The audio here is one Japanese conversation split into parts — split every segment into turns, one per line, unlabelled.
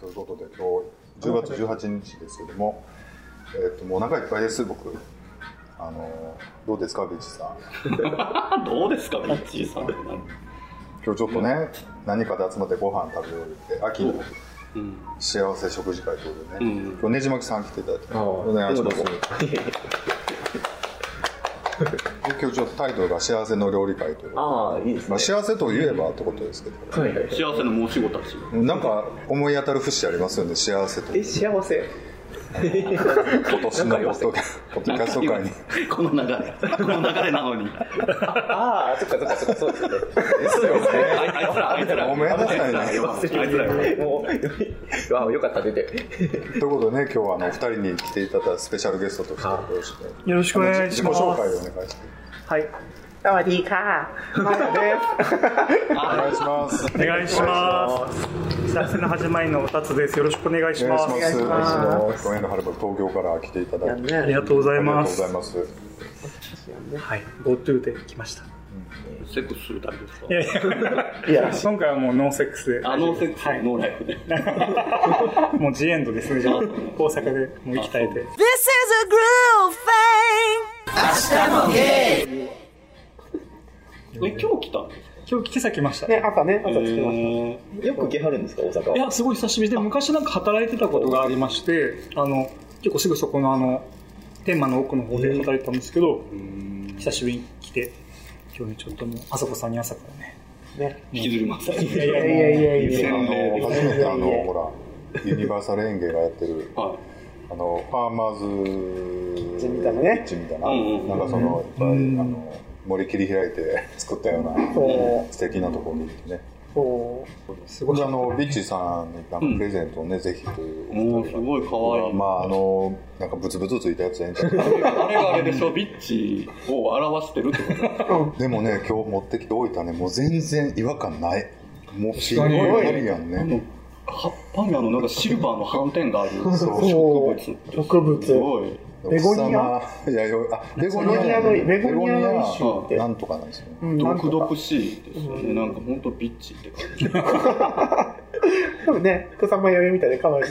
ということで、今日10月18日ですけども、えっと、もうお腹いっぱいです、僕。あの、どうですか、ビーチさん。
どうですか、ビッチーさんってなる。
今日ちょっとね、何かで集まってご飯食べようって、秋の
うん。
幸せ食事会ということでね、
うん
今日ねじまきさん来ていただいて、
ああ
お願いします。
そう
で 今日ちょっとタイトルが幸せの料理会ということ
ああ、いいです
で、ま
ね
あ、。幸せと言えばってことですけど、
はいはい。
幸せの申し子たち。
なんか思い当たる節ありますよね、幸せと。
え、幸せ
今年のポッドキャポッドキャスト会に。
この流れ。この流れなのに。
ああ、そっかそっかそっか、そうですね。
ですよ
あ
ね。
いあいつら、あいつら。
ごめんなさいね
あいつらあいつらあいつら
もう、わあ、よかった、出て。
ということでね、今日はあの、二人に来ていただいたスペシャルゲストとしてよろしく。
よろしくお願いしま
自
す
己紹介をお願いし
はい
サワディーカー。マヤです。
ます。お願いします。
お願いします幸せの始まりのおたつですよろしくお願いします
お願いします。ご縁のはるばる東京から来ていただいて。
ありがとうござ
あ
い
りが
ま
とうご
す
ざいます。
はい GoTo で来ました
セックスする旅ですか
いやいや 今回はもうノーセックスで
あのセックス、ノーライフで。
もうジエンドですねじゃあ大阪でもう行きたいで
This is a groove thing.
え、今日来たんですか
今日来てさ来ました
朝ね、朝
え
着きまし
ー
た。よく来はるんですか、大阪
い
は。
やすごい久しぶりで昔なんか働いてたことがありましてあの結構すぐそこのあの天満の奥の方で働いてたんですけど久しぶりに来て今日ねちょっともうあさこさんに朝からね
引きずります。
いやいや
いやいやい
あ
や
の
洗礼
初めてあのほらユニバーサル園芸がやってる
はい。
あのファーマーズ
ジみたいなね
キッチンみたいな、
うんうんうん
なんかそのいっぱい、あの森切り開いて作ったような
そう
素敵なところに行ってね。
そう。
すご
こ
い
れあのビッチーさんになんかプレゼントをね、ぜひというお二人
もうすごい可愛い。
まああのなんかブツブツついたやつやんけど
あれがあれでしょ、ビッチを表してるってことだ
でもね今日持ってきておいたねもう全然違和感ないもうピン
ごい
イやんね
あの葉っぱにあのなんかシルバーの斑点がある植
そう
物って
植物
すごい
ベゴニア
アいやよあベゴニ
ベゴニ
ア
アのベゴニアの
ベゴ
一
ニ
種
アなんとかなんですよね、
毒々しいですよねなんか本当ビッチって感じ
多分ね、草間弥生みたいで可愛い。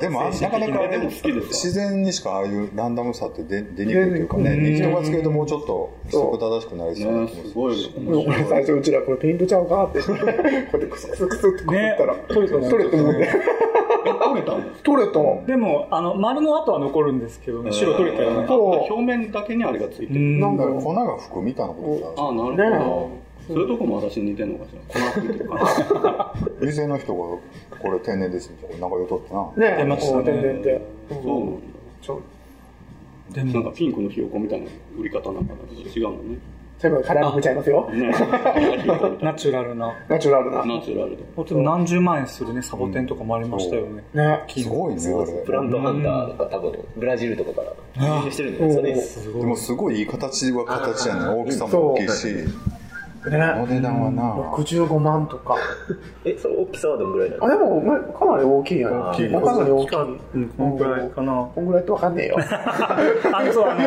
でもあなかなかあれ
でも好きですわ
自然にしかああいうランダムさって出出にくいというかね
出にくい
人がつけるともうちょっと規則正しくなりそうな
ね
気も
す
する
ごい
もう俺最初うちらこれペイントちゃうかってこうやってクスクスクスってこうやったら、
ね
取れた取れたもんね
え折れたんです
取れた
でもあの丸の跡は残るんですけどね白取れたよね
あ表面だけにあれがついてる
なん
だ
か
から粉が服みたいなこと
あなるほどそういうとこも私似てんのかしら粉吹いてる感じ
だ店の人がこれ天然ですみたいななんか言うとってな
ね
出ましたね
こう全然で
そうなんだ
ちょ
で
なんか
も
ピンクのひよこみたいな売り方なんかな違うのね
最後に絡むちゃいますよ
ねひよこみたい
ナチュラルな
ナチュラルな
なナチュラルで
本当に何十万円するねサボテンとかもありましたよね、
ね
すごいねあれ
ブランドハンターとか多分ブラジルとかから輸入してるんですよね。
す
で
ごい
もすごいいい形は形やね大きさ
そう
も大きいしお
ね
値段はな
65万とか
え、その大きさはどんぐらいな
あ
の
でもまかなり大きいやな
大きいよ
かなり大きい
うんこのくらいかな
こんぐらいってわかんねえよ
あのそうあの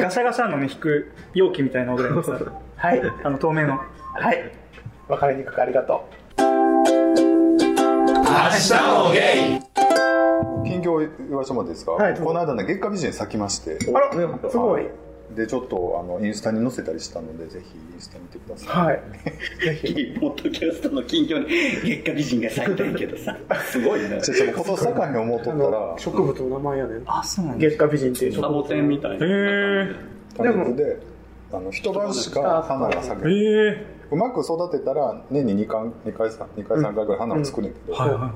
ガシャガシャのね引く容器みたいなのぐらいのさ
はい
あの透明の
はいわかりにくくありがと
近況言わせてもらっていいですか、
はいどうぞ
この間ね月下美人咲きまして
うあらすごい
でちょっとあのインスタに載せたりしたのでぜひインスタ見てください
はい
ポッドキャストの近況に月下美人が咲いたんやけどさすごいね
ちょっと今年盛んに思うと
あ
った
の
ら
植物の名前やねん
あそうなんだ
月下美人っていう植
サボ
物
テンみたいな。
へ
多肉であの一晩しか花が咲
え
く
ええ
うまく育てたら年に2回二回3二回三回ぐらい花を作るんだけど、
はいはいはい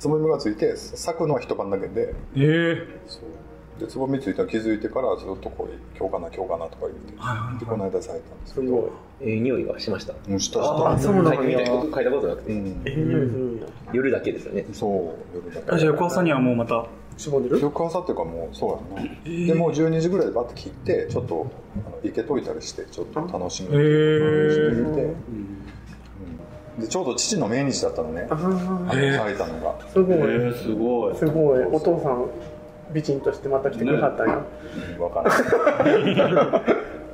つぼみがついて咲くのは一晩だけで
ええ
そうでつぼみついたの気づいてからずっとこう今日かな今日かなとか言って、
はいはいはい
でこの間咲いたんです
す
けど
ごい
えー、匂いはしました。
うんしたした
あそうなんや
嗅いでみたいこと嗅いだことなくて、
うん
ええ匂いするんや
夜だけですよね。
そう夜だから
あじゃあ翌朝にはもうまた
絞んでる
翌朝っていうかもうそうやな、でもう12時ぐらいでバッて切ってちょっとあの池解いたりしてちょっと楽しみに
へ
して
ー
みて、うんでちょうど父の命日だったのね
あ
あ
ー
の咲いたのが
すごい
えー、すごい。
すごいお父さん美人としてまた来てくれはったんや、
分からないま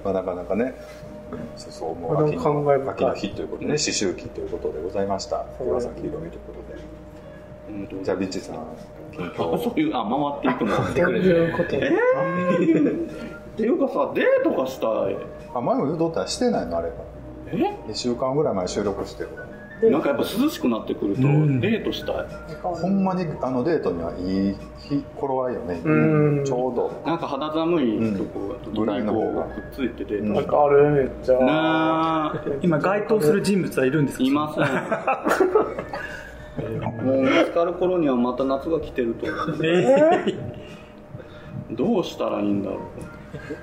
あなかなかねそうそう、もう
あの
秋の
感慨
秋
深い
の日ということで、ね、刺繍期ということでございました。
そう
黒崎ひろみということで。じゃあ、ビッチさん、近
あ
況。
そういうあ回っていくの
どういうこと
えー、っていうかさデートがしたい
あ、前も言うとったらしてないのあれば。
え
2週間ぐらい前収録してほら。
なんかやっぱ涼しくなってくるとデ
うん
ートしたい、
ほんまにあのデートにはいい日頃合いよね。
うん
ちょうど。
なんか肌寒いとこが
ぐらいの方が
こうくっついてデー
な
ト
ん
し
かあるめっち
たい
ゃ。
なあ
今、該当する人物はいるんですか
いません もう見つかる頃にはまた夏が来てると思う
えー
どうしたらいいんだろ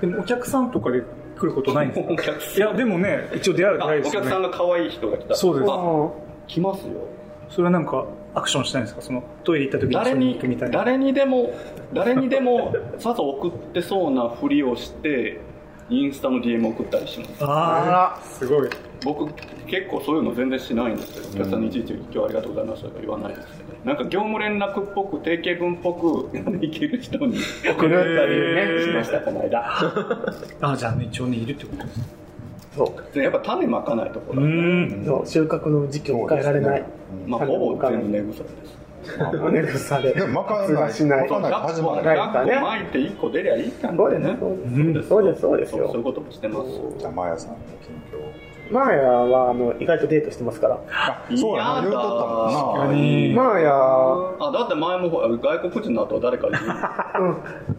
う
でもお客さんとかで来ることないんですか
お客さん
いや、でもね、一応出会う出
あ
会い
お
ですよ
客さん
ね。
が可愛い人が来た
そうです
あ来ますよ
それはなんか、アクションしたいんですかその、トイレ行った時に
誰
一緒に
に
行くみたいな。
誰にでも誰にでもさぞ送ってそうなふりをしてインスタの DM 送ったりします
ああ、すごい。
僕結構そういうの全然しないんですけどお客さんにいちいち「今日ありがとうございました」とか言わないですけどなんか業務連絡っぽく定型文っぽく いける人に送ったりねしましたこの間
ああ、じゃあね、一応ね、いるってことですね。
そう。
でやっぱ種まかないところ、
ん。
そう収穫の時期を迎えられない。
まあ、ほぼ 全部寝腐れです
お寝腐れ。
でも、まかない。
発芽しない。
まかない始まらない。
ないからね
抱っこ巻いて1個出りゃいいか
そう
ら
です
ね
ね。そうです、そうです
そうそうい
よ
う。こともしてます
じゃあ、マヤさんの近況。
マーヤは、あの、意外とデートしてますから。
あ、そうやな。言うとったもんな。
マーヤ
あだって前もほら外国人の後は誰かいる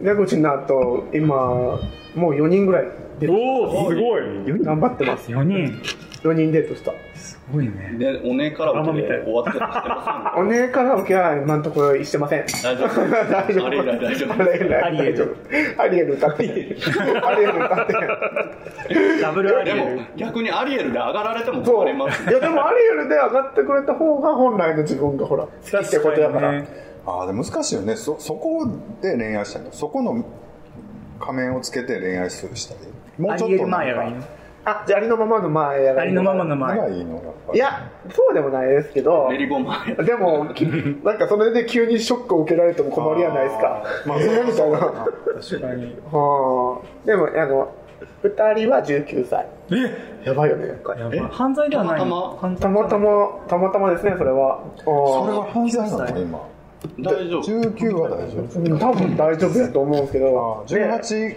うん。出口の後、今、もう4人ぐらいデー
おお、すごい。
ト。頑張ってます。
4人。
4人デートした。
すごいね。
でおねえから
ドラマみたい
終わってるしてま
お姉カラオケは今のところしてません。
せん大丈夫
大丈夫。
あれ以来大丈夫
あれ以来
アリエル
大丈夫。アリエル歌ってない。アリエル 歌ってない。
ダブルアリ
で
エル
も逆にアリエルで上がられても
そ
困
う。
ります
いや、でもアリエルで上がってくれた方が本来の自分がほら、好きってことやから。
ね
ああ、でも難しいよね。そ、そこで恋愛したいの。そこの仮面をつけて恋愛するしたり。も
ア
うちょ
リ
っ
エ
と
ルマーヤが
ない
い
ん
の
か。
あ、じゃあありのままのマーヤが
ありのままのマー
が
ヤ。
いいの、やっぱり。
いや、そうでもないですけど
メ、リゴマー
でも、きなんかそれで急にショックを受けられても困るやないですか。まあ、み たいな。は
確かに。
あでも、あの、二人は19歳。
え
やばいよね。
やばい犯罪ではないの
た
たまたま、たまたまですね、それは。
そ
そ
れは犯罪なの今。
ヤ大丈夫
19は大丈夫。
多分大丈夫だと思うんですけ
あ
ど
あ、
ね
18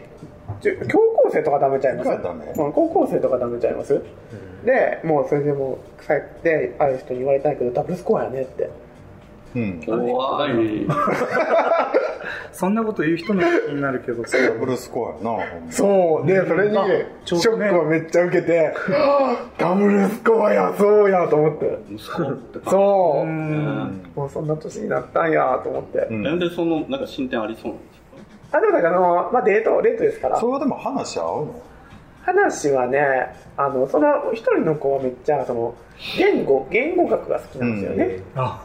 じゅ高校生とかダメちゃいます
がダメ
うん高校生とかダメちゃいます、でもうそれでもう臭いである人に言われたいけどダブルスコアやねって
うん。ダ
怖い
そんなこと言う人の気になるけど、
ブルスコアやな、ほんま
そうでそれに
あちょう
ショ
どね
ックをめっちゃ受け て、ああダブルスコアやそうやと思って
息子って感
そう、
じ
もうそんな年になったんやと思って、
ん
なんでそのなんか進展ありそうなんですか
あでもだからあの、まあ、デートデートですから
それはでも話合 うの
話はねあのその一人の子はめっちゃその言語言語学が好きなんですよね
あ、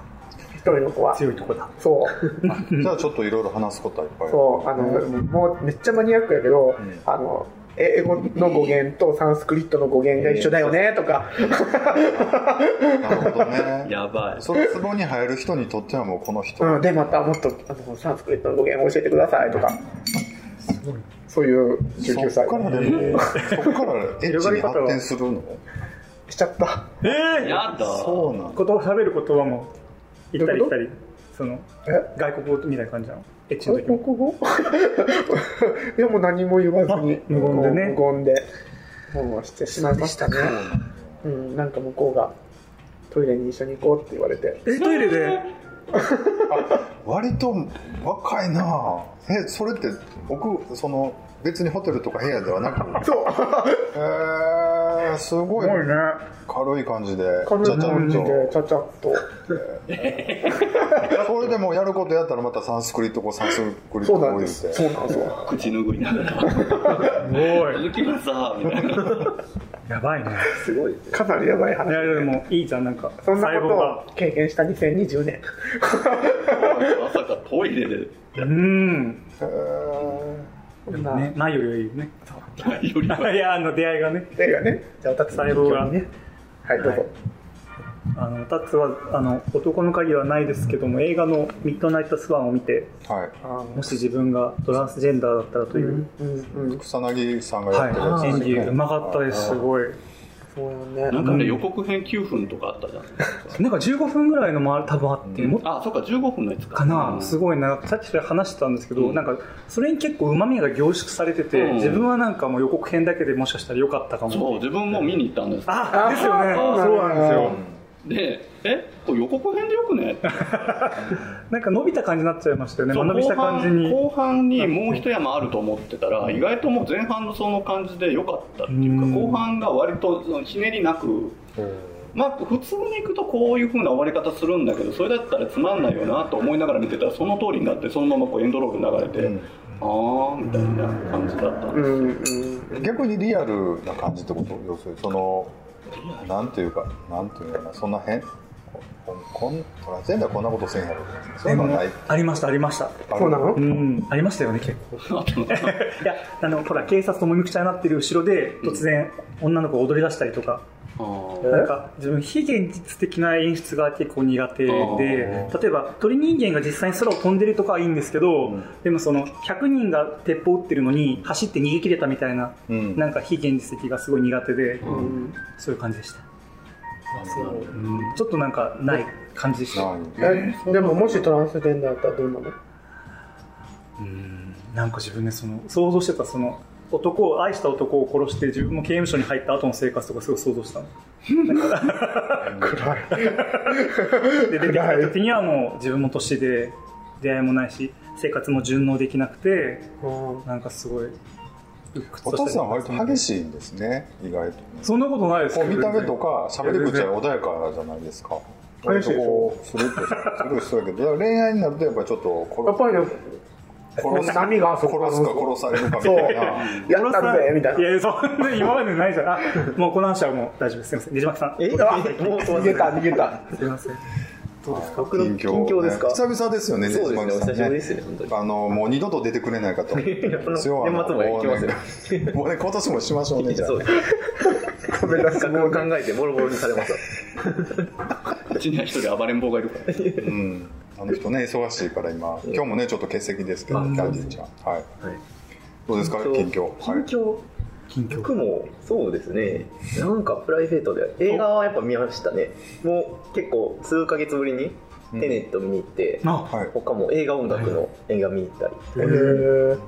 一、人の子は
強いとこだ。
そう
じゃあちょっといろいろ話すことはいっぱいある。
そう、あの、もうめっちゃマニアックやけど、あの、英語の語源とサンスクリットの語源が一緒だよねとか、
なるほどね。
やばい
それ壺に入る人にとってはもうこの人。
うん、で、またもっとあのサンスクリットの語源を教えてくださいとか、そういう19
そっ
歳
からでも、そっからエッチに発展するの
しちゃった。
え
やだ
そうなの
言葉、喋る言葉も、行ったり
ど
来
う
た
い
り、その、
え
外国語みたいな感じなのエッチの
韓
時も
国語 いやもう何も言わずに
あ無言でね
無言でもうしてしまいましたねうんなんか向こうがトイレに一緒に行こうって言われて
え、トイレで、
割と若いなぁえ、それって、僕、その、別にホテルとか部屋ではなく。そう。えー、すごい
すごいね。
軽い感じで。
彼
ちゃ
女
ちゃっ
ので
と。
ちゃちゃっと
それでもうやることやったらまたサンスクリット語、サンスクリッ
そ
ト
うな
語
ん
言
で
う
す
て。
そうなんですよ
口拭いながら
すごい。
続きがさみたいな
やばいね。
かなりやばい
い
話
や、でも、いいじゃん、なんか、
そんな
細
こ
胞が。
とを経験した2020年
まさかトイレで
うん。
ま
ね、ないよりはいいよね。
ない よりはい
や、あの、出会いがね
あ。映画ねじゃあおたつ
細胞が
ねはいどうぞ、
はいあのタッツはあの男の鍵はないですけども映画の「ミッドナイトスワン」を見て
はい
もし自分がトランスジェンダーだったらという、
草薙さんがやってるやつ
はい、
で
演
す
技
ね
うまかったですすごい
そうよね
なんかね、予告編9分とかあったじゃん。
なんか15分ぐらいのもあ多分あって、もっと
あ、そっか、15分のやつか。
かな、
うん
すごい長くさっきそれ話してたんですけど、
うん
なんかそれに結構うまみが凝縮されてて、
うん
自分はなんかもう予告編だけでもしかしたら良かったかも
そう、自分も見に行ったんです。
あですよねそうなんですよ
で、え、これ予告編でよくね
なんか伸びた感じになっちゃいましたよね
そう
学びした感じに
後半後半にもう一山あると思ってたら、意外ともう前半のその感じで良かったっていうか、
うん
後半が割とそのひねりなく、まあ、普通に行くとこういう風な終わり方するんだけどそれだったらつまんないよなと思いながら見てたらその通りになってそのままこうエンドロール流れて、
うん
ああみたいな感じだったん
う
で
んうん
逆にリアルな感じってこと要するにそのなんていうかなんていうのかなそんな変こんこんトランスジェンダーこんなことせんやろそういうのはない
ありましたありました
そうなの
うんありましたよね結構
す、あと
いやあのほら警察ともみくちゃになってる後ろで突然、女の子が踊り出したりとか
あー
なんか自分非現実的な演出が結構苦手で
あー
例えば鳥人間が実際に空を飛んでるとかはいいんですけど、でもその100人が鉄砲撃ってるのに走って逃げ切れたみたいな、
うん
なんか非現実的がすごい苦手で、
ん
そういう感じでした、うんちょっとなんかない感じでした、
ない
えでももしトランスジェンダーだったらどうなの
なんか自分でその想像してたその男を愛した男を殺して自分も刑務所に入った後の生活とかすごい想像したの
暗い
で出てきた時にはもう自分も年で出会いもないし生活も順応できなくてなんかすごい鬱屈
お
と
父
し
さん割
た
と激しいんですね意外とね
そんなことないです
こう見た目と
か
か喋り口は穏やかじゃないですか割
激
と
しいでしょ
こうスルッとするそうやけどだから恋愛になるとやっぱりちょっと
やっ
殺
ぱりね
殺す
波があそこ
殺すか殺されるかみたいな
やったるぜみたい
い
な
やそんな今までないじゃんあもうこの話はもう大丈夫ですすいませんねじまきさん
えあもう逃げた逃げた
すいません
僕の近況ですか
ね久々ですよね
そうですね
ね
お久しぶりですね本当に
あのもう二度と出てくれないかと
その
年
年末も行きますよ
よ もうね今年もしまし ょうねじゃあ
そうです
ごめんなさい
企画を考えてボロボロにされますわ
うちには一人暴れん坊がいるから
うんあの人ね忙しいから今今日もねちょっと欠席ですけどキャンディーちゃんはいどうですか近況はい
近況僕もそうですねなんかプライベートで映画はやっぱ見ましたねもう結構数ヶ月ぶりに
うん
テネット見に行って、
あ
はい
他も映画音楽の映画見に行ったり、
へー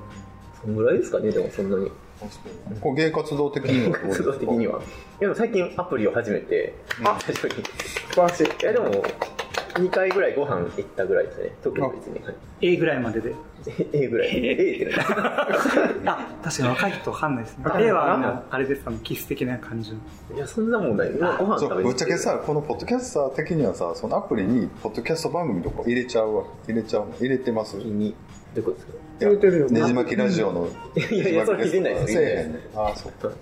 そのぐらいですかねでもそんなに
こう芸活動的にはどうです
活
か
動的にはでも最近アプリを始めて、あ確かに
素晴らしい
いやでも2回ぐらいご飯行ったぐらいですね特に別にはい
A ぐらいまでで
A ぐらい A ってな
あ確かに若い人わかんないですね A はあのあれですあのキス的な感じの
いやそんなもんないもうご飯
そう
食べに
ぶっ
行
ちゃけさこのポッドキャスター的にはさそのアプリにポッドキャスト番組とか入れちゃうわ入れちゃう入れてます
気にどういうことですか
入れてるよね
ねじ巻きラジオの
いやいやいやそれ入れないです
せえへんねああそうか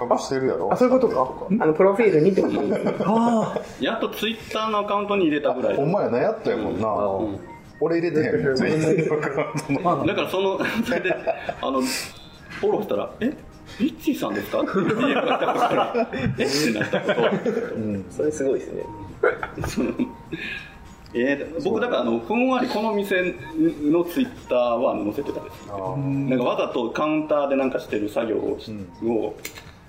隠してるやろ
あそういうことかあのプロフィールにってこと
やっとツイッターのアカウントに入れたぐらい
ほんまやなやったやもんな、
うん
俺入れてへんもん全員のアカウントの
だからその、それで、あの、フォローしたら、えビッチーさんですかって言ってなったから、えってなったこと、
それすごいですね
えー僕、だからあの、ふんわりこの店のツイッターは載せてたんです
あ
なんかわざとカウンターでなんかしてる作業を,、を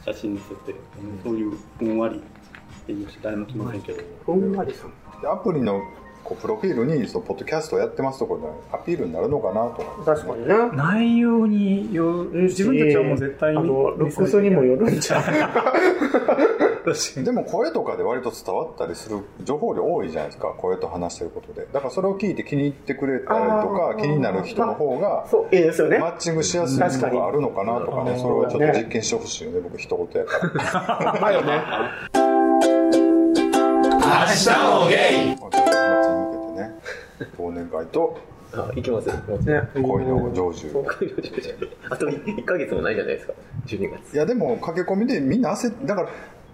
写真に載せて、そういうふんわりっていう人、誰も来ませんけど、
ほんまにさ
でアプリのこうプロフィールにそのポッドキャストをやってますとかのアピールになるのかなとか
確かにね
内容による自分たちはもう絶対に
あのルックスにもよるんじゃん
確かに
でも声とかで割と伝わったりする情報量多いじゃないですか声と話してることでだからそれを聞いて気に入ってくれたりと
あ
か
ー
気になる人の方が
そういいですよね
マッチングしやすい
確
と
かに
かあるのかなとかねそれをちょっと実験してほしいよね僕一言やから
まあよね
まあちょっと夏に向けてね忘年会と
あ行きますもう
ね
恋の成就
あと1か月もないじゃないですか12月
いやでも駆け込みでみんな焦っだから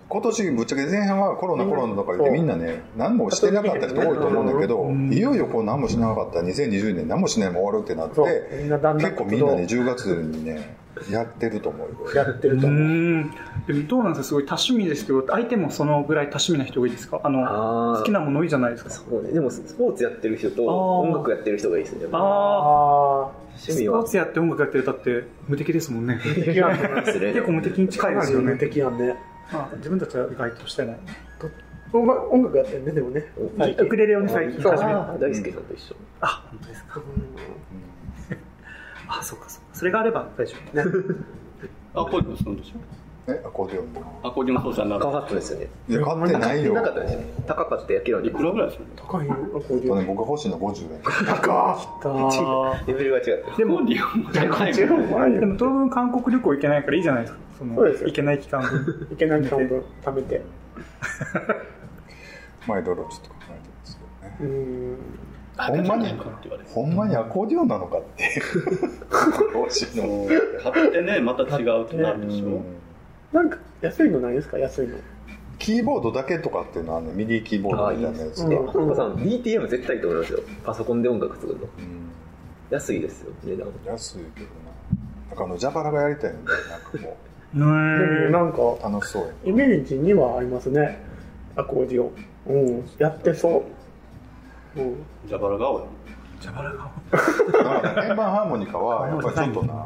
今年ぶっちゃけ前半はコロナコロナとか言ってみんなね何もしてなかった人多いと思うんだけどいよいよこう何もしなかった2020年何もしないも終わるってなっ
そう
て
みんなだんだ
結
ん
構みんなね10月にねやってると思うよ
やってると
う
思う、
んでもどうなんですかすごい多趣味ですけど相手もそのぐらい多趣味な人がいいですかあの
あ
好き
な
なもの多いじゃないですか
そうねでもスポーツやってる人と
あー
音楽やってる人がいいですね
ああ
あ
趣
ス
味
ポ
は
ーツやって音楽やってるだって無敵ですもんね
あ敵なんだね
ですね
結構無敵に近いですよね
無敵やんね
まあ自分たちは該当してない
お前音楽やってんねでもね
はい
ウクレレをね最近
そう
始めた
あー大輔さんと一緒
あ本当ですかあそうかそうかそれがあれば大丈夫
アコーディオンするんでしょ
えアコーディオンの
アコーディオン奏者になる
高かったですよね
いや買ってないよ
なかったですよね高かったやけど
い
レ
くらぐらいするの
高いよアコーディオ
と
ン
ね僕欲しいの50円
アコ
ベルが違った
でも
ーディオンも高い
違
もん
うもん
でも当分韓国旅行行けないからいいじゃないですかその
そうですよ
行けない期間 分
いけない半分貯めて
まあいろいろちょっと考えてますけどね
うーん
ほんまに
高いって言われる
ほんまにアコーディオンなのかって欲しいのも
買ってねまた違うとなるでしょ
なんか安いのないですか安いの
キーボードだけとかっていうのはあのミディキーボードみたいなやつ
あいい
が
ですね
パコさん DTM 絶対いいと思いますよパソコンで音楽作るの
うん
安いですよ値段
安いけどななんかあの蛇腹がやりたいのでなんかも
ね
でも
え
なんか
う楽しそうや
イメージにはありますねアコーディオン、うん、やってそう、うん、
蛇腹顔や
蛇腹が
だから鍵盤ハーモニカはやっぱりちょっとな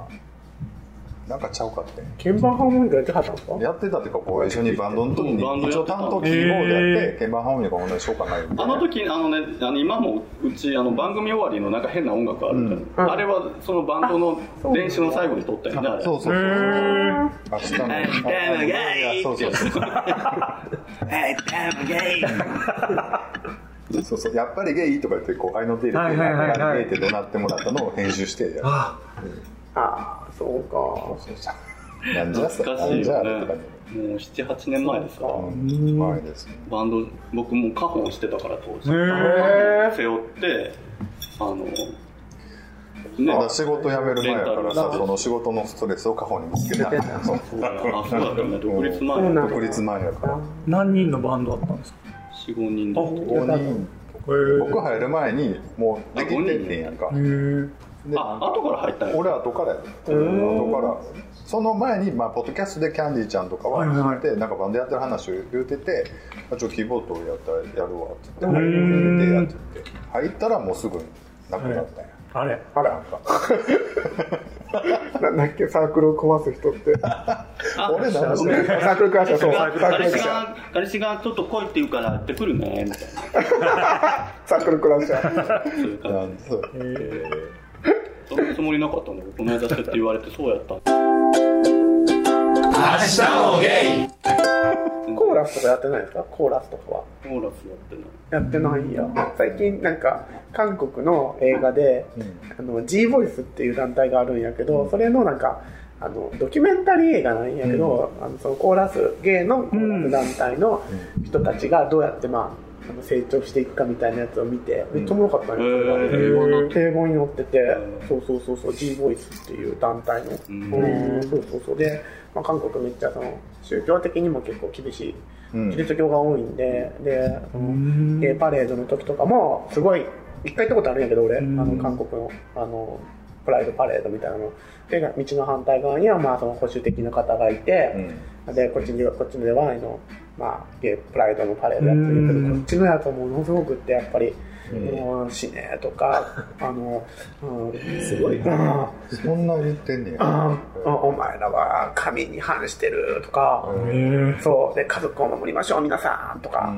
なんかちゃうかって
鍵盤ハーモニカやってはったんですか
やってたっていうかこう一緒にバンドの時に
うんバンドや
一
ってた
応担当キーボードやって鍵盤ハーモニカ同じしようかなみた
あ
いな
の時あのねあの今もうちあの番組終わりのなんか変な音楽あるじゃ
うん
ん、あれはそのバンドの練習の最後に撮ったよねあれ
そうそうそう明日の
い
そうそうそうそうそうやっぱりゲイとか言って後輩の手入れて
はいはいはいはい
やっぱりゲイって怒鳴ってもらったのを編集してや
ああそうか
るなんじゃそな
懐かし
ん
い
じゃ
よ
あ
ね
れとかね
もう78年前ですか
うん前ですね
バンド僕もカホンしてたから当時
へ
背負ってあのね
まだ仕事辞める前やから
レンタル
さ
な
その仕事のストレスを過保にぶつけたそう
そうだよあそうだったよね独立前
そうなんだ
独立前やから
何人のバンドだったんですか
45人で
5人僕入る前にもうできてんねんやんかで
あ後から入ったんや
俺は後からやで後からその前に、まあ、ポッドキャストでキャンディーちゃんとかは
はいはいはい
でなんかバンドやってる話を言うてて「あちょキーボードやったらやるわ」って言って
ん
入ってやってて入ったらもうすぐなくなったんや
あれ
あらなんか
なんだっけサークルを壊す人ってサ
あ
俺なんか
ごめん
ークル壊したそうサークル
彼
壊
氏
した
が彼氏がちょっと来いって言うから行ってくるねみたいな
サークル壊した
そういう感
なん そう
じそんなつもりなかったんだけどこの間そうやって言われてそうやった
コーラスとかやってないですかコーラスとかは
コーラスやってない
やってないや最近なんか韓国の映画で、あの G ボイスっていう団体があるんやけど、それのなんかあのドキュメンタリー映画なんやけど、あのそのコーラス芸のコーラス団体の人たちがどうやって、まあ、あの成長していくかみたいなやつを見てめっちゃおもろかったん
へ
やけど、
ー
英語に載ってて、そうそうそうそう G ボイスっていう団体の、
ん
うんそうそうそうで、まあ、韓国めっちゃその宗教的にも結構厳しい、
うん
キリスト教が多いんででそのゲイパレードの時とかもすごい一回行ったことあるんやけど俺、あの韓国のあのプライドパレードみたいなので道の反対側にはまあその保守的な方がいて、でこっちにこっちではあの、まあ、ゲイプライドのパレードやってるけど、こっちのやつはものすごくってやっぱり、もう死ねとかあの、うん、すごいあ
そんな言ってんねや
あお前らは神に反してるとか、そうで家族を守りましょう皆さんとか、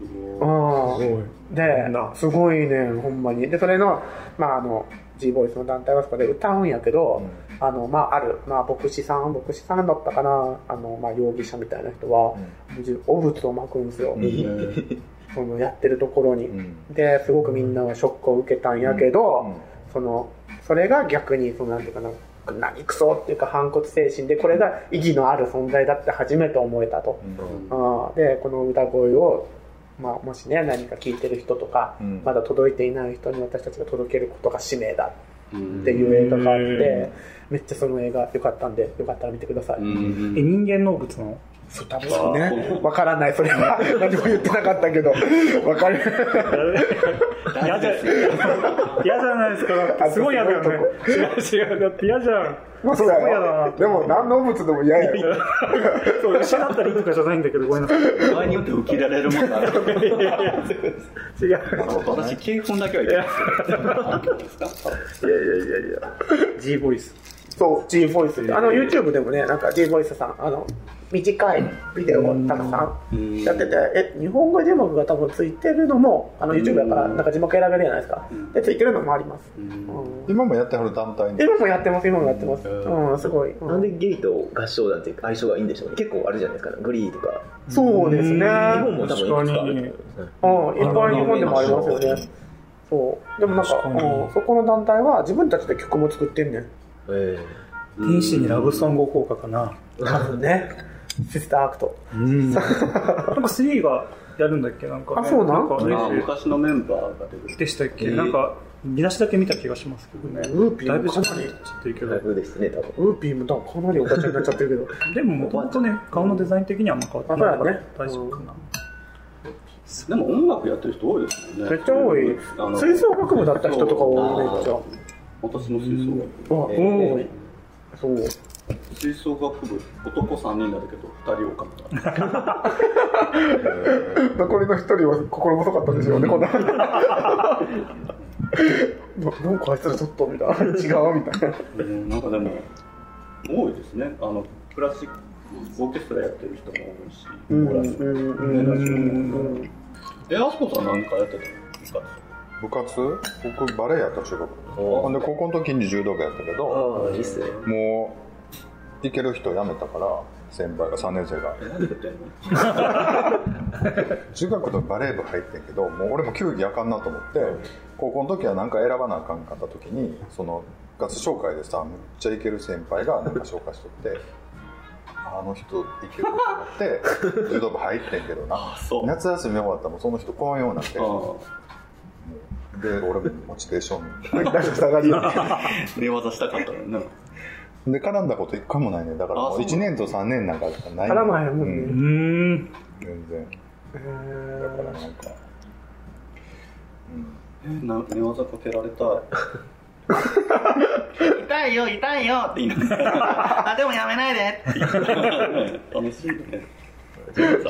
うん、ですごいねほんまにでそれの,、まあ、あの G ボイスの団体はそこで歌うんやけど、あのまあ、ある、まあ、牧師さん牧師さんだったかなあの、まあ、容疑者みたいな人は、お仏を巻くんですよ、 そのやってるところに、ですごくみんなはショックを受けたんやけど、そのそれが逆にそのなんていうかな何クソっていうか反骨精神でこれが意義のある存在だって初めて思えたと、あーでこの歌声を、まあ、もしね何か聞いてる人とか、
ん
まだ届いていない人に私たちが届けることが使命だ
うん
っていう映画があってめっちゃその映画良かったんでよかったら見てください、
うん
え人間の物の
そう多分そうねわからないそれは何も言ってなかったけどわ かる
嫌じゃ、嫌じゃないですか。だってすごい嫌だよね。違う違う。だって嫌じゃん。
まあそう
すごい
だ
嫌だな
よでも何の物でも嫌やよ
そう、失ったりとかじゃないんだけど、ごめんなさい。違
場合によって受けられるもんだな
う。
私警本だけはいけないですけど
いやいやいやいや
G ボイス。
そう G ボイスってあの YouTube でもねなんか G ボイスさんあの短いビデオをたくさんやっててえ日本語字幕が多分ついてるのもあの YouTube だからなんか字幕選べるじゃないですかでついてるのもありますうん
今もやってはる団体に
今もやってます今もやってますうんすごいうん
なんでゲイと合唱団って相性がいいんでしょうね結構あるじゃないですかグリーとか
そうですね
日本も多分いくつかあると思う
うん、いっぱい日本でもありますよね。そう。でもなんか、
確かに
うんそこの団体は自分たちで曲も作って んねん。
え
天使にラブソング効果かな。
あのね。シスターアクト。
うん。なんか3がやるんだっけなんかね、
あそうなん
か
まあ昔のメンバーが出てきて
でしたっけ、
えー
なんか、見出しだけ見た気がしますけどね。
ウーピー
だいぶ
も
ち
か
ょっ
な
と
り、
いけ
えライ
ど。
ブですね多分
ウーピーもだからかなりおばちゃんになっちゃってるけ
でも、もともとね、顔のデザイン的にはあんま変わってないから、
あそうだね
大丈夫かな。
でも音楽やってる人多いですよね
ど、めっちゃ多
あ
い。
の
吹奏楽部だった人とか多い、めっちゃ。
あー私の吹奏楽
うわ多い。そう。
吹奏楽部男3人だけど2人をかみたい
残りの一人は心細かったんでしょうね、こ んな。ななんかあいつらちょっとみたいな。違うみたいな。
なうんなんかでも多いですねあのクラシックオーケストラやってる人も多いし、
うん
コーラス
うんう
ねラジオ
ん
も
うん。
えあすこさん何かやってたんですか
部活僕バレエやった中学ほんで高校の時に柔道部やったけど
ああいいっすね
もう行ける人辞めたから先輩が3年生が
え何やってんの
中学のバレー部入ってんけどもう俺も球技あかんなと思って高校の時はなんか選ばなあかんかった時にそのガス紹介でさむっちゃいける先輩がなんか紹介しとってあの人いけると思 って柔道部入ってんけどな
あそう
夏休み終わったらもうその人こんようになって
あ
で俺もモチベーション
下がり。
あ寝技したかったのね
で絡んだこと一回もないねだから
あ
もう
そう
1年と3年なんかない
絡まへんもんね
う
うーん。
全然だからな
え
んか
えな寝技かけられたい痛いよ痛いよって言いながらあでもやめないでって言いながらね楽しいね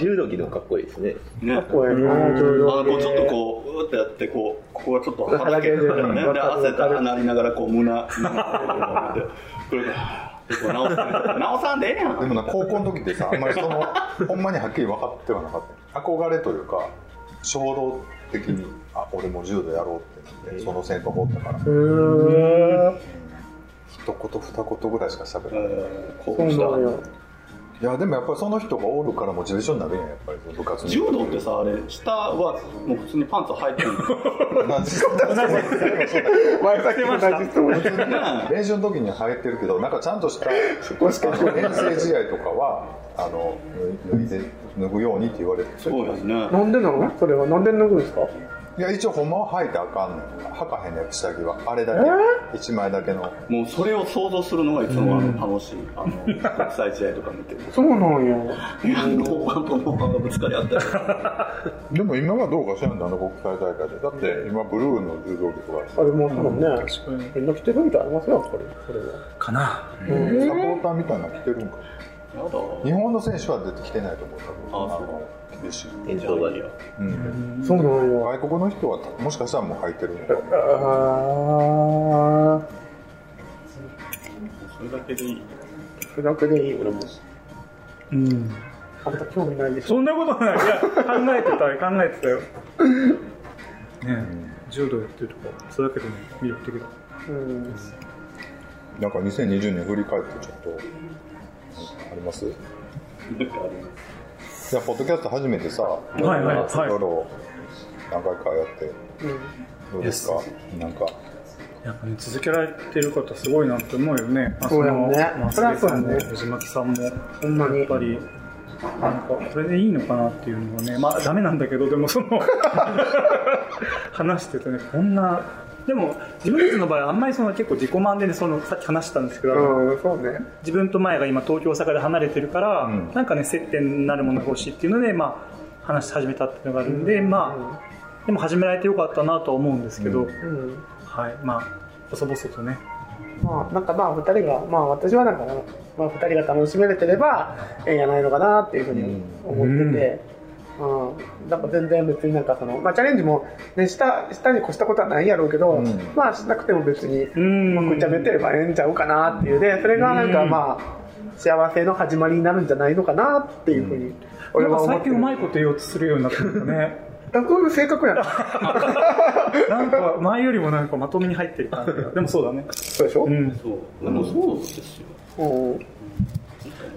柔道着でもかっこいいですね
ね
ー、こうやな重
あのこ
要
うちょっとこう、うってやって、こう、ここがちょっとは
は
だ
だ
け
け
て
て
る
る
からね。
わ
で、
かる
汗
わかる
たなりながら、こう、胸、胸で、これが、こう直す。直さんでええや
で
ん。
もな高校の時ってさあんまりその ほんまにはっきり分かってはなかった憧れというか衝動的にあ俺も柔道やろうってなってその線と思ったから
へー
一言二言ぐらいしか喋らない、い
えー興
そう
奮
な
した
のよ。
やでもやっぱりその人がおるからモチベーションになるんややっぱり部活に
柔道ってさ、あれ、下はもう普通にパンツ履いてるの。
同じ
前先も大事そう
普通に練習の時に入ってるけどなんかちゃんとしたあの遠征試合とかはあの脱いで脱ぐようにって言われて
すごいですね。
なんでなのそれはなんで脱ぐんですか
いや一応ほんまは履いてあかんねん履かへんねん下着はあれだけ、一枚だけの
もうそれを想像するのがいつもあの楽しい。あの、国際試合とか見てる
そうなんや。
と。いや、あの、パンとノーパンがぶつかり合ったり。
でも今はどうかしらんだあの国際大会でだって今ブルーの柔道着とか
あれもそうね。
確かに。
みんな着てるみたいありますよ、これ。これは。
かな。
サポーターみたいなの着てるんか
やだ。
日本の選手は出てきてないと思う多分
あそう
の厳しい、
伝統が
うん、
そうなんや。
外国の人はもしかしたらもう履いてるのかも
あ
それだけでいい。
ー。それだけでいい、俺も。
うん。
あんた興味ないでしょ。
そんなことない。いや、考えてたよ、考えてたよ。ねえ柔道やってるとか、それだけでも魅力的だ。
うん。
なんか2020年振り返ってちょっとありますい
なんかあれ
やポッドキャスト初めてさ、はい
はいはい
ろいろ何回かやってどうですかなんか
やっぱね、続けられてる方すごいなって思うよね。
そうやんね
まあ
そりゃそうやんね
松井さんも藤巻さんも、やっ
ほんまに。
ぱり、なんか、それでいいのかなっていう のはね、まあ、ダメなんだけど、でもその、話しててね、こんなでも自分たちの場合はあんまりその結構自己満で、ね、そのさっき話したんですけど、
うん、そうね。
自分と前が今東京大阪で離れてるから、
うん
なんかね接点になるものが欲しいっていうので、まあ、話し始めたっていうのがあるんで、まあでも始められてよかったなとは思うんですけど、
うん。
はいまあ細々とね
まあ、なんかまあ、二人が、まあ、私はなんか、まあ、二人が楽しめれてれば、ええんやないのかなっていうふうに思ってて、うん。なんか全然別になんかその、まあ、チャレンジも、ね、した、したに越したことはないやろうけど、
うん
まあ、しなくても別に、
う
うんまく喋ってればええんちゃうかなっていうで、それがなんかまあ、幸せの始まりになるんじゃないのかなっていうふうに、俺
なん
は
か
思
最
って
近
る。
うまいこと言おうとするようになったんだね
あこういう性格やな。
なんか前よりもなんかまとめに入ってる感じがでもそうだね
そうでしょ
うん
そうでもそうですよ
うん。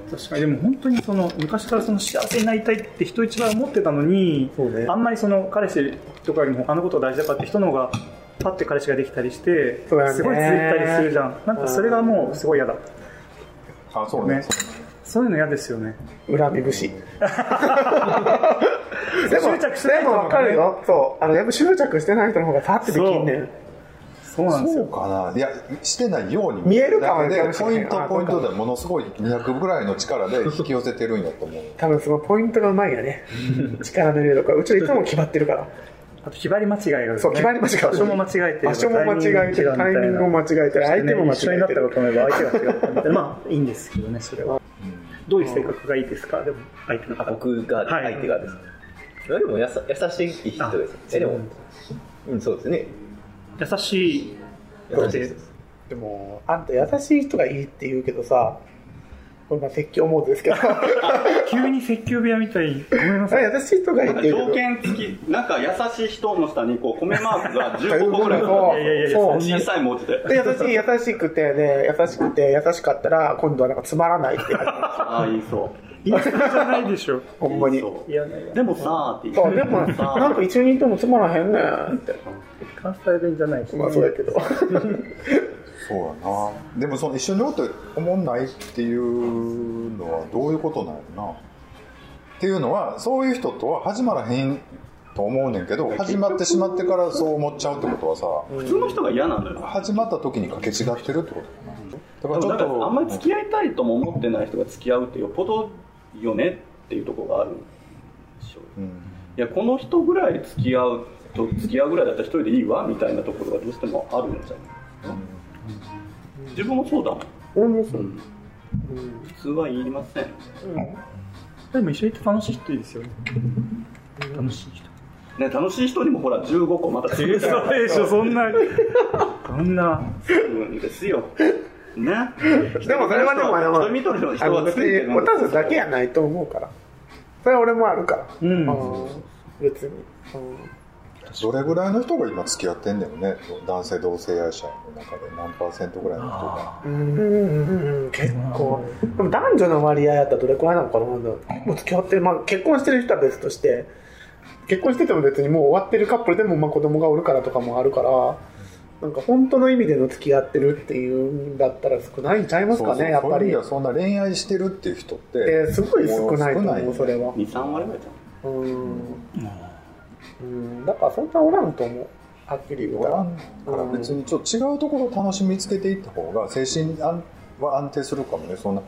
確かにでも本当にその昔からその幸せになりたいって人一倍思ってたのに、
そうね
あんまりその彼氏とかよりも他のことが大事だからって人の方がパッて彼氏ができたりして
そうだね
すごい続いたりするじゃんなんかそれがもうすごい嫌だ
あそうね
ねそういうの嫌ですよね
恨み節。でも、
執着してない
でもわかるよ。そう。あの、やっぱ執着してない人の方がさってできんねん。
そうなんです
そう
よ
かないやしてないように
見えるかもね
だけで
かも
ポ
し
イン
れない
ト
あ
ポイントでものすごい200ぐらいの力で引き寄せてるんやと思う
多分そのポイントがうまいよね。力の入れとか。うちはいつも決まってるから。
あと決まり間違いがあるよね
そう、決まり間違い。
場所も間違えてる
場所も間違えてる。タイミングも間違えてる。相手も間違
一緒にな
え
ってたか
る。
と思えば相手が違ったみたいなまあいいんですけどねそれは、どういう性格がいいですかでも相手の
あ僕が、
はい
相手がですいやでもやさ優しい人ですえでもうんそうですね
優しい
優しい人です
でも、あんた優しい人がいいって言うけどさ、これまあ説教モードですけど。
急に説教部屋みたいごめんなさい
優しい人がいいって言うけ
条
ど。
件付きなんか優しい人の下にこう米マークが
そう
15個ぐらい
そ
い
う
やいやいや
そう
小さい文字で
で優しい優しくてね優しくて優しかったら今度はなんかつまらないって言われる
ああいいそ
いや、それじゃないでしょ。
ほ
うん
まに
いい
そ
そう
いや、いや
でもさあって言
うで
さ
もなん
あ
か一緒にいてもつまらへんねんって
関西弁じゃないです
まあそうやけど
そうやなでもその一緒におって思んないっていうのはどういうことなんやろなっていうのはそういう人とは始まらへんと思うねんけど始まってしまってからそう思っちゃうってことはさ、
普通の人が嫌なのよ
始まった時に掛け違ってるってことかなだからち
だか
ょっと
らあんまり付き合いたいとも思ってない人が付き合うってよっぽどよねっていうところがあるんでしょう
うん
いやこの人ぐらい付き合うと付き合うぐらいだったら一人でいいわみたいなところがどうしてもあるんじゃない、ん、自分もそうだもん
俺もそう
普通は言いません
でも一緒にいて楽しい人いいですよね。楽しい人。
ね、楽しい人にもほら15個またつ けて
そうでしょ、そんな。そんな。
うんですよ。ね。
でもそれはでもあの
人見とりの
あ
人
の
はつい
別
てる
におたずだけや
ん。
ないと思うからそれは俺もあるから
うん
別に
どれぐらいの人が今付き合ってんだよね男性同性愛者の中で何パーセントぐらいの人が
うんうんうんうん結構でも男女の割合やったらどれくらいなのかなもう付き合ってる、まあ、結婚してる人は別として結婚してても別にもう終わってるカップルでもまあ子供がおるからとかもあるからなんか本当の意味での付き合ってるっていうんだったら少ないんちゃいますか
そうそう
ねやっ
そう
ぱ
いう意味
り
ではそんな恋愛してるっていう人って、
えすごい少ないと
もう少
思
な
うそれは
2、3割ぐらいじゃ
うんうんだからそんなおらんと思うはっきり言う
お
からら
んから別にちょっと違うところを楽しみつけていった方が精神安は安定するかもねそんな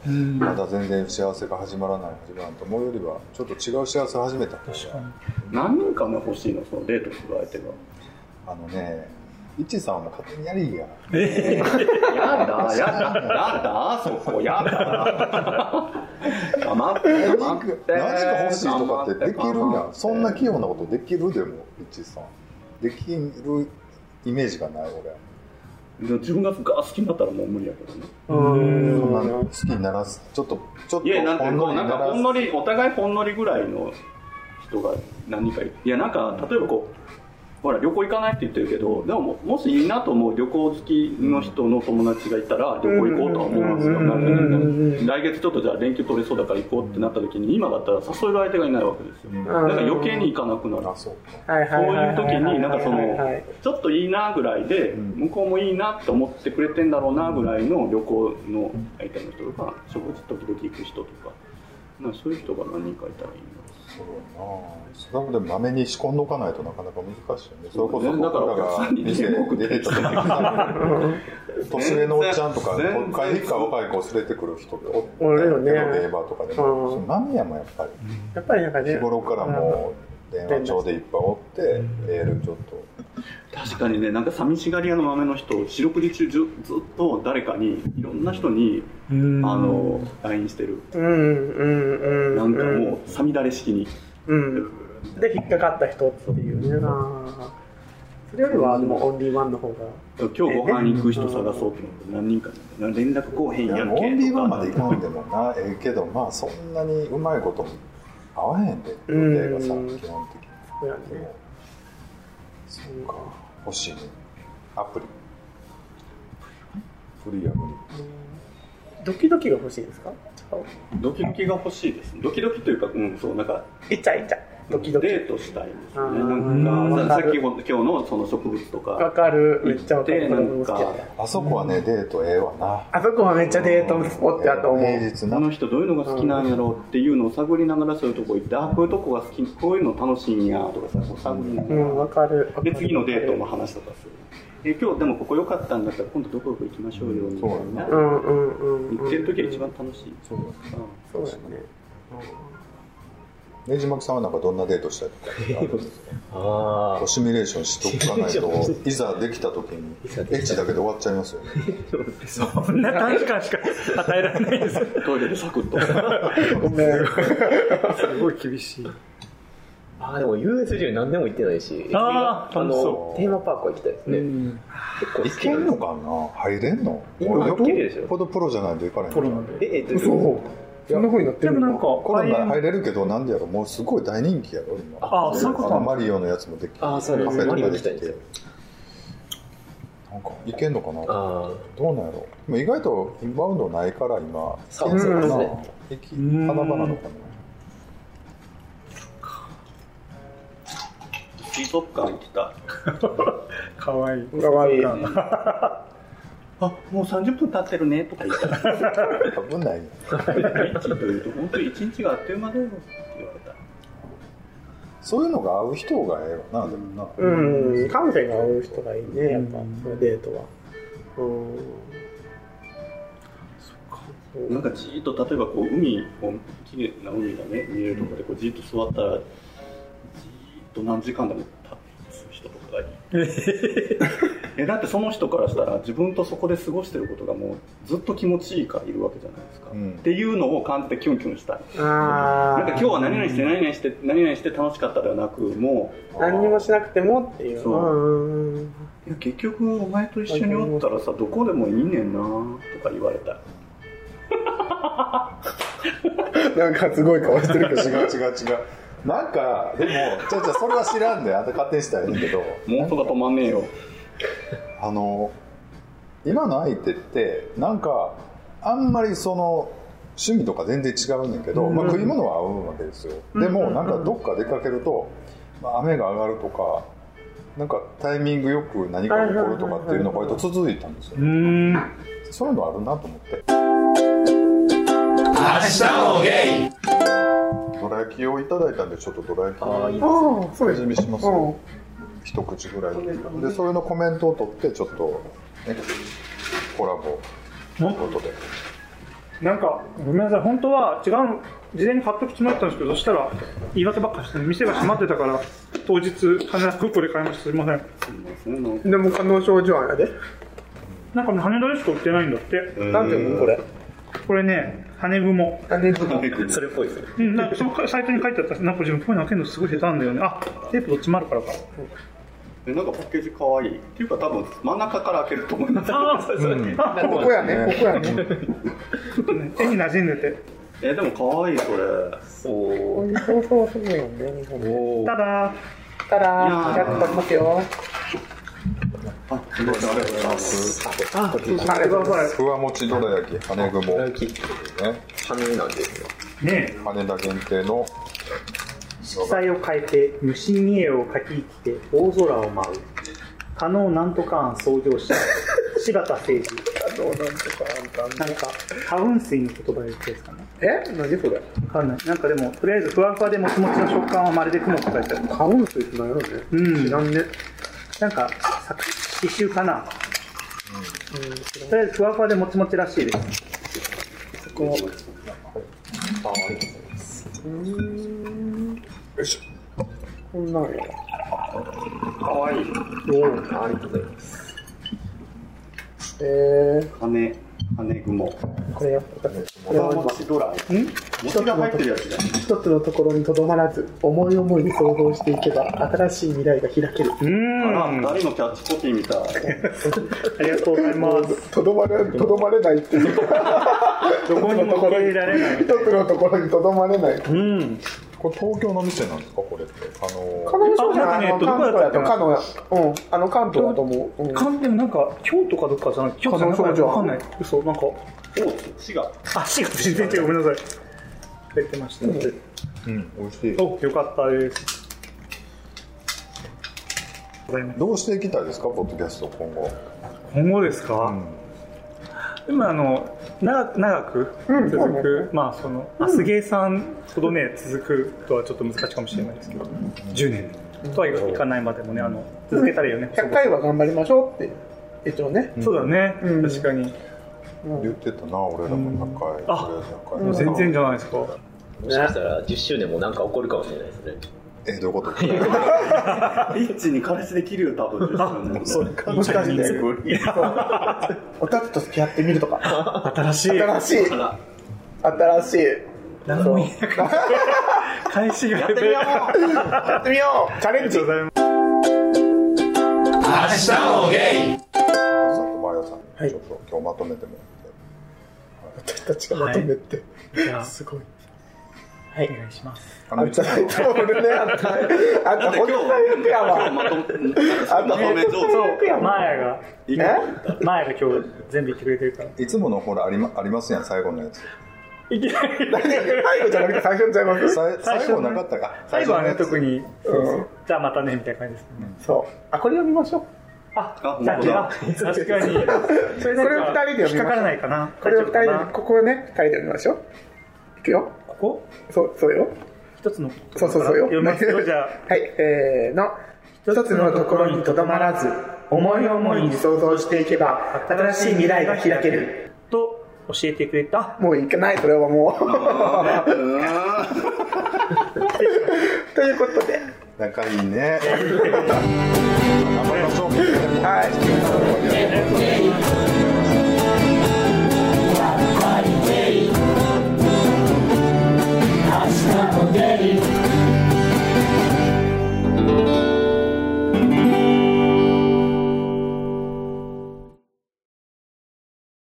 まだ全然幸せが始まらない始まらんと思うよりはちょっと違う幸せを始めた方が
ん。何人かも欲しいの、そのデートする相手が。
あのねいちさんはもう勝手にやりや
やだ、やだ、やだ、そこ、 やだ。黙って、
何
黙
か
って。
何か欲しいとかってできるや
黙
ん
って
そんな器用なことできるでもいちさんできるイメージがない俺
自分が好きになったらもう無理やけどね。
うん
そんな好きにならずちょっとちょっと
いや、なんかこう、なんかほんの
り
り、お互いほんのりぐらいの人が何人かいる。いや、なんか、例えばこう、ほら、旅行行かないって言ってるけど、でもも、もしいいなと思う旅行好きの人の友達がいたら、旅行行こうとは思うんですよ。
うんうんうんうん
なんか来月ちょっとじゃあ連休取れそうだから行こうってなった時に、今だったら誘える相手がいないわけですよ。
ん
だから余計に行かなくなる
あ。そうか
はい
そう
はいはいいうは
時
い
になんかそ
はいはいはい
のちょっといいなぐらいで向こうもいいなって思ってくれてんだろうなぐらいの旅行の相手の人とか食事時々行く人とかなんかそういう人が何人かいたらいいな
そうやなそれでまめに仕込んどかないとなかなか難しいよねそれこそ
だから
僕ら
お客
が
さんに
店出てた時年上のおっちゃんとか
全然
若いか若い子連れてくる人って
おるよね
テロで言えばとかで
うん
もその何やもやっぱり
やっぱりなんかね
日頃からもう電話帳でいっぱいおってメールちょっと
確かにねなんか寂しがり屋の豆の人四六時中ずずっと誰かにいろんな人にあの LINE してる
うんうんうん
なんか
うん
もうさみだれ式に
うんで引っかかった人っていうねあーそれよりはでもオンリーワンの方が
今日ご飯行く人探そうって思って何人かに連絡こうへん
い
や
や
ん
もうオ
け
ンリー
と
ワ
か
ンまでいかんでもなええけどまあそんなにうまいことも合わへんで予
うん
定がさ基本的に
そうや
で
ね
もそうか欲しいねアプリフリーアプ
ドキドキが欲しいですか
ドキドキが欲しいですねドキドキというかうんそうなんか
イチャイチャドキドキ
デートしたいです
あ
ね
ー
なんか
わ
さ
か
さっき
る
ほ今日のその植物と
わ
か
かるめ
行
っちゃわ
っ
かる
てなん
これも好きや
か
リあそこはねデートええわな
あそこはめっちゃデートスポットやと思う
平日な
この人どういうのが好きなんやろうっていうのを探りながらそういうとこ行ってあこういうとこが好きこういうの楽しいんやとかさこう探りな
う
が
んわかる
らで次のデートの話とかするえ今日でもここ良かったんだったら今度どこどこ行きましょうよみたいな
う
行
んうんうんうん
ってる時が一番楽 しい
そうだね
う
そうだね
ねじまきさんはなんかどんなデートしたいとか
あ
こうシミュレーションしとかないといざできた時にエッチだけで終わっちゃいますよね
そんな短時間しか与えられないです。
んトイレでサクッと
ごめん
すごい厳しい。
あーでも USJ 何でも行ってないし
あー
あ
楽
の
しそ
テーマパークは行きたいですね、
うん。
結構好き
いけんのかな入れんの
今
俺よ
入れるでしょ
っぽどプロじゃないといかない
コロナで。
ええっと
そうそんな風になって
で
る
もなん
だ
か、
コロナ
あ
入れるけどなんでやろもうすごい大人気やろ今
あそういうこと
のマリオのやつもできて
あそうなん
カ
で
フェ
すマリ
とか
オ行
で
き
き
た
て
いんですよ
なんかいけんのかな
ああ
どうなんやろでも意外とインバウンドないから今
そうそうですね
駅
ん
花場なのかな
水族館行きたい
かわいい。
かわいい
あもう30分経ってるねとか言って
危ないよ
1というと本当に1日があっという間だよって言われた
そういうのが合う人がええわなでもな
うん感性が合う人がいいねやっぱそのデートはうん
なんかじーっと例えばこう海を綺麗な海がね見えるとこでこうじーっと座ったらじーっと何時間でも立つ人とかがいい えだってその人からしたら自分とそこで過ごしてることがもうずっと気持ちいいからいるわけじゃないですか、
うん
っていうのを感じてキュンキュンしたい
ああ
なんか今日は何々して何々して何々して楽しかったではなくもう
何にもしなくてもっていう
そうん
うん
いや結局お前と一緒におったらさどこでもいいねんなとか言われた
うんなんかすごい顔してるけど
違う違う違うなんかでもじゃじゃそれは知らんであんた勝手にしたらいいんけど
妄想が止まんねえよ
あの今の相手ってなんかあんまりその趣味とか全然違うねんけど、まあ、食い物は合うわけですよ、でもなんかどっか出かけると、まあ、雨が上がるとかなんかタイミングよく何かが起こるとかっていうのが割と続いたんですよ、
うん。
そういうのあるなと思ってどら焼きをいただいたんでちょっとどら焼き
ああいい
ああそうで
味
す
見します、
うん
一口ぐらいでそれのコメントを取ってちょっと、ね、コラボということで
なんか、ごめんなさい、本当は違う、事前に買っとくつもりだったんですけど、そしたら、言い訳ばっかして、店が閉まってたから、当日、羽田空港で買いました、すみません。
すいませんなんか
でも可能症状案やで
なんかね、羽田でしか売ってないんだって。
なんていうのこれ
これね、羽雲。
何雲
それっぽいですね
うん、なんかそのサイトに書いてあった、なんか自分こういうの開けるのすごい下手なんだよね。あ、テープどっちもあるからか。
えなんかパッケージ可愛いっていうか多分真ん中から開けると思います
ああ、そうそう。あ、
ここやねここやね
ちょっとね、絵に馴染んでて。
えでも可愛いそれ
そう
そうそうそうよね日本で
おー
ただ、
たら
い
ー
や
や
ー
っとますよ
あすいませんありがとうございます
あ
あれがさ
ふわもちどら焼き羽雲
ラ
ね
ンキ羽なんですよ
ね
羽田限定の
色彩を変えて
虫見えを描き生きて大空を舞う加納なんとか案創業 者柴田誠二
どうなんとかあんた
なんか多雲水の言葉ですかね
え何それ
わかんない。なんかでも、とりあえずふわふわでもちもちの食感はまるで雲って書いてある。
カモンスイって何やろね、
うん
知らんね
なんか、作刺繍かな。とりあえずふわふわでもちもちらしいです。
よいし
こんなん
あ
や
りがとうございます。
えー、
羽羽雲
これやっぱ
小町ドライ餅が入ってるやつじゃん
一つのところにとどまらず思い思いに想像していけば新しい未来が開ける
あら誰のキャッチコピーみたい
ありがとうございます。
ょとどまれとどまれないっていう
どこにも受け入れられない。
一つのところにとどまれない
うん。
これ東京の店なんですかこれってあの
カノン商じゃない
あなんかねどこやったっけな
関東やとうんあの関東だと思う、うん、
関連なんか、京都かどっかじゃない京都
花粉症じゃん
わかんない。嘘、なんか、
お滋賀
あ、違う、全然違う、ごめんなさい。出てました、ね。
うん美味しい
お、よかったです。ございます
どうしていきたいですかポッドキャスト今後
今後ですか、
ん
今あの長く長く続く、まあその、あ杉江さんほどね続くとはちょっと難しいかもしれないですけど、10年とはいかないまでもねあの続けたらいいよね、
100回は頑張りましょうって一応ね
そうだね、
うん
確かに
言ってたな俺らも100回
あ
とりあえ
もう
ず100
全
回
然じゃないですか
もしかしたら10周年もなんか起こるかもしれないですね。
えどういうこと
リッチに彼氏できるよ多分ですよね
もしかしておたつと付き合ってみるとか
新しい
新しい新しい
何も言えなかった返し がやってみよう
やってみようチャレンジ
さっと前田さん、ちょっと今日まとめても
私たちがまとめて、すごいはい
お願いします
ら
あ
っ
ん
て
た
あの
大丈夫ねあんたあん
だって今
たほん
日
とよくや
今日まとめまとめ上手
わそうや
マヤが
いい
え
か
マヤが今日全部言ってくれてるから
いつものほらあり,、まありますやん最後のやつ
いきなり
最後じゃなくて最初にちゃいます
さい
最
最
初の
後なかったか
最後はね
最
特
のや
に、そうそうじゃあまたねみたいな感じですね、
そうあこれ読みましょう
あ、
あ
だけだ。確かに。それ
これを二人で読み
引
ましょう
っかからないかな。
これを二人で
大丈夫かな
ここをね二人で読みましょういくよ
ここ
そうそうよ
一つの。
そうそうそうよ。
読みますよ、じゃあ。
はい、えー、の、一つのところにとどまらず、思い思いに想像していけば、新しい未来が開ける。。
と、教えてくれた。
もういけない、それはもう。 ということで。
つ仲いいね
はい、